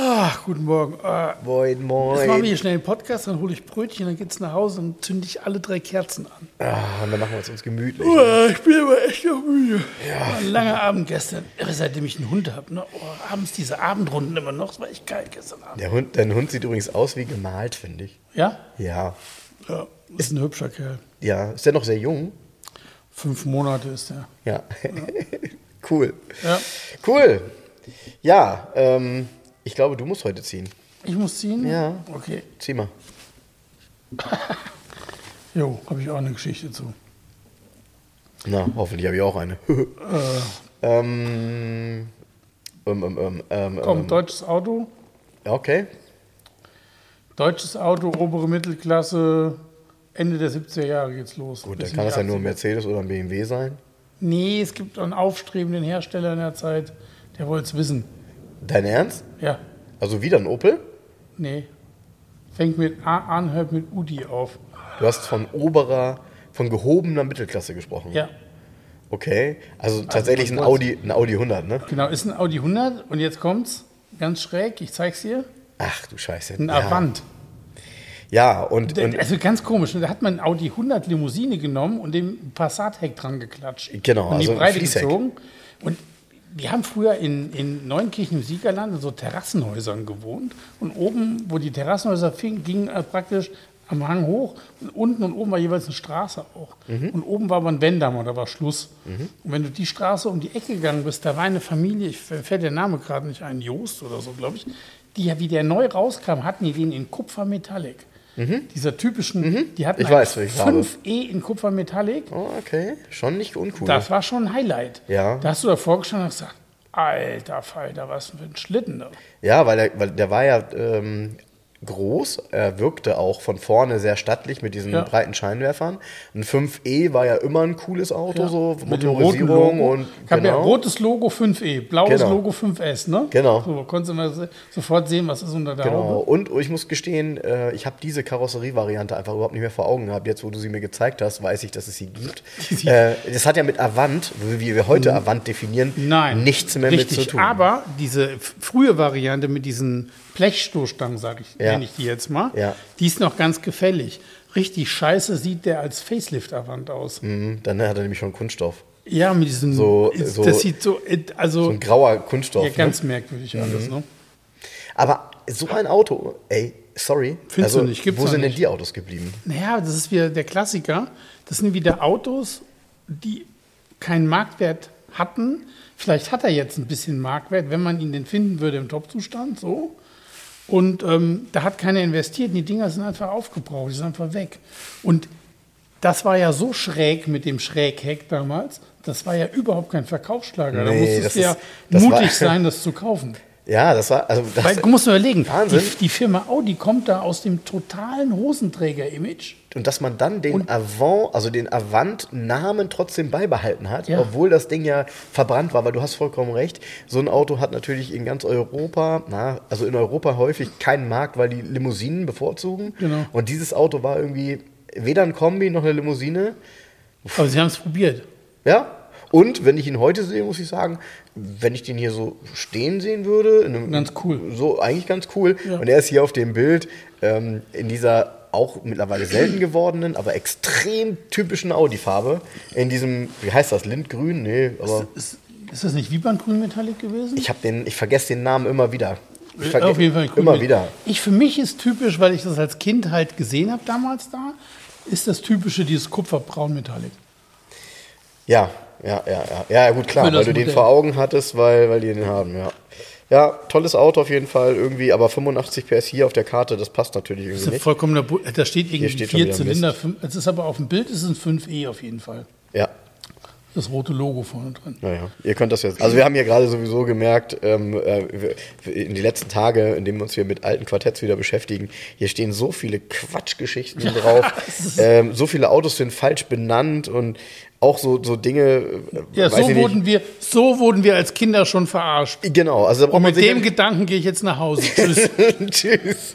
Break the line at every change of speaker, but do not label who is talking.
Ach, guten Morgen. Äh,
Moin,
jetzt machen wir
moin.
hier schnell einen Podcast, dann hole ich Brötchen, dann geht's nach Hause und zünde ich alle drei Kerzen an.
Ah, und dann machen wir es uns gemütlich.
Boah, Äh, ich bin aber echt noch müde. War Ein langer Abend gestern. Aber seitdem ich einen Hund habe, ne? oh, abends diese Abendrunden immer noch, es war echt geil gestern Abend.
Der Hund, dein Hund sieht übrigens aus wie gemalt, finde ich.
Ja?
Ja.
Ja, ist ein hübscher Kerl.
Ja, ist der noch sehr jung?
Fünf Monate ist er.
Ja. cool.
Ja.
Cool. Ja, ähm, ich glaube, du musst heute ziehen.
Ich muss ziehen?
Ja.
Okay.
Zieh mal.
Jo, habe ich auch eine Geschichte zu.
Na, hoffentlich habe ich auch eine. ähm, ähm, ähm, ähm, ähm,
Komm,
ähm,
deutsches Auto.
Okay.
Deutsches Auto, obere Mittelklasse. Ende der 70er Jahre geht's los.
Gut, dann
Bis in
kann
die
es ja nur
80er.
ein Mercedes oder ein BMW sein.
Nee, es gibt einen aufstrebenden Hersteller in der Zeit, der wollte es wissen.
Dein Ernst?
Ja,
Also wieder ein Opel?
nee. Fängt mit A an, hört mit Udi auf.
Du hast von oberer, von gehobener Mittelklasse gesprochen.
Ja,
Okay. Also tatsächlich ein
was?
Audi, ein Audi 100, ne?
genau, ist ein Audi 100 und jetzt kommt's. Ganz schräg, ich zeig's dir.
Ach du Scheiße.
Ein
ja.
Avant.
Ja, und,
Der-
und
Also ganz komisch, ne? da hat man einen Audi 100 Limousine genommen und dem Passat-Heck dran geklatscht.
Genau,
und
also
die
ein
Breite
Fließheck.
gezogen. Und wir haben früher in, in Neunkirchen im Siegerland in so Terrassenhäusern gewohnt. Und oben, wo die Terrassenhäuser fingen, gingen äh, praktisch am Hang hoch. Und unten und oben war jeweils eine Straße auch.
Mhm.
Und oben war man Wendamm und da war Schluss. Und wenn du die Straße um die Ecke gegangen bist, da war eine Familie, ich mir fällt der Name gerade nicht ein, Joost oder so, glaube ich, die ja, wie der neu rauskam, hatten die den in Kupfer Metallic. Dieser typischen, die hatten
Mhm. Ich
einen
weiß, welche Farbe.
5E in Kupfer Metallic.
oh, okay, schon nicht uncool.
Das war schon ein Highlight.
Ja.
Da hast du davor gestanden und gesagt, alter Falter, was für ein Schlitten. ne? da.
Ja, weil der, weil der war ja ähm, groß, er wirkte auch von vorne sehr stattlich mit diesen
Ja.
breiten Scheinwerfern. Ein 5e war ja immer ein cooles Auto, so
Mit dem roten
Motorisierung
Logo.
und
Ich hab ja rotes Logo 5E, blaues
Genau.
Logo 5S, ne?
Genau.
So, konntest du immer se- sofort sehen, was ist unter der
Genau.
Haube.
Und ich muss gestehen, äh, ich habe diese Karosserievariante einfach überhaupt nicht mehr vor Augen gehabt. Jetzt, wo du sie mir gezeigt hast, weiß ich, dass es sie gibt. äh, das hat ja mit Avant, wie wir heute Avant definieren,
Mhm. Nein.
nichts mehr
Richtig,
mit zu tun.
Aber diese f- frühe Variante mit diesen Blechstoßstangen, sage ich,
Ja.
nenne ich die jetzt mal,
Ja.
die ist noch ganz gefällig. Richtig scheiße sieht der als Facelift-Avant aus.
Mhm, Dann hat er nämlich schon Kunststoff.
Ja, mit diesem.
So-
das
so-
sieht so. Also,
So ein Mhm. grauer Kunststoff.
ja, ganz merkwürdig alles, ne?
ne? Aber so ein Auto, ey, sorry. Also,
Findest du nicht, gibt's
wo
doch
sind denn
nicht.
die Autos geblieben?
Naja, das ist wieder der Klassiker. Das sind wieder Autos, die keinen Marktwert hatten. Vielleicht hat er jetzt ein bisschen Marktwert, wenn man ihn denn finden würde im Top-Zustand, so. Und ähm, da hat keiner investiert. Und die Dinger sind einfach aufgebraucht, die sind einfach weg. Und das war ja so schräg mit dem Schrägheck damals. Das war ja überhaupt kein Verkaufsschlager. da
Nee, das
musstest du ja
ist- das war-
mutig sein, das zu kaufen.
Ja, das war, also das,
Weil, du musst überlegen, die,
Wahnsinn.
die Firma Audi kommt da aus dem totalen Hosenträger-Image.
und dass man dann den Avant, also den Avant-Namen trotzdem beibehalten hat,
Ja.
obwohl das Ding ja verbrannt war, weil du hast vollkommen recht. So ein Auto hat natürlich in ganz Europa, na, also in Europa häufig keinen Markt, weil die Limousinen bevorzugen.
Genau.
Und dieses Auto war irgendwie weder ein Kombi noch eine Limousine.
Aber sie haben es probiert.
Ja. Und wenn ich ihn heute sehe, muss ich sagen, wenn ich den hier so stehen sehen würde, in einem,
Ganz cool.
So eigentlich ganz cool. Und er ist hier auf dem Bild ähm, in dieser auch mittlerweile selten gewordenen, aber extrem typischen Audi-Farbe. In diesem, wie heißt das, Lindgrün? Nee, aber
Ist, ist das nicht wie beim grünen Metallic gewesen?
ich habe den, ich vergesse den Namen immer wieder. Ich
Äh,
verge-
grün
immer
mit-
wieder.
Ich für mich ist typisch, weil ich das als Kind halt gesehen habe damals da, ist das typische dieses kupferbraun Metallic.
Ja, ja, ja, ja. Ja, ja, gut, klar,
Für
weil
das
du den
Modell.
vor Augen hattest, weil, weil die den haben, ja. Ja, tolles Auto auf jeden Fall irgendwie, aber 85 PS hier auf der Karte, das passt natürlich
Das
irgendwie
ist ja
nicht.
vollkommener Bu äh, da steht irgendwie
steht schon
vier
wieder
E Zylinder, fünf, es ist aber auf dem Bild ist es ein 5E auf jeden Fall.
Ja.
Das das rote Logo vorne drin.
Naja, ihr könnt das jetzt. Also wir haben ja gerade sowieso gemerkt, ähm, äh, wir- in die letzten Tage, in denen wir uns hier mit alten Quartetts wieder beschäftigen, hier stehen so viele Quatschgeschichten drauf. ähm, so viele Autos sind falsch benannt und auch so, so Dinge. äh,
Ja,
weiß
so
ich nicht.
wurden, wir, so wurden wir als Kinder schon verarscht.
Genau, also da braucht man
Mit
sich
dem Gedanken gehe ich jetzt nach Hause. Tschüss.
nicht- Tschüss.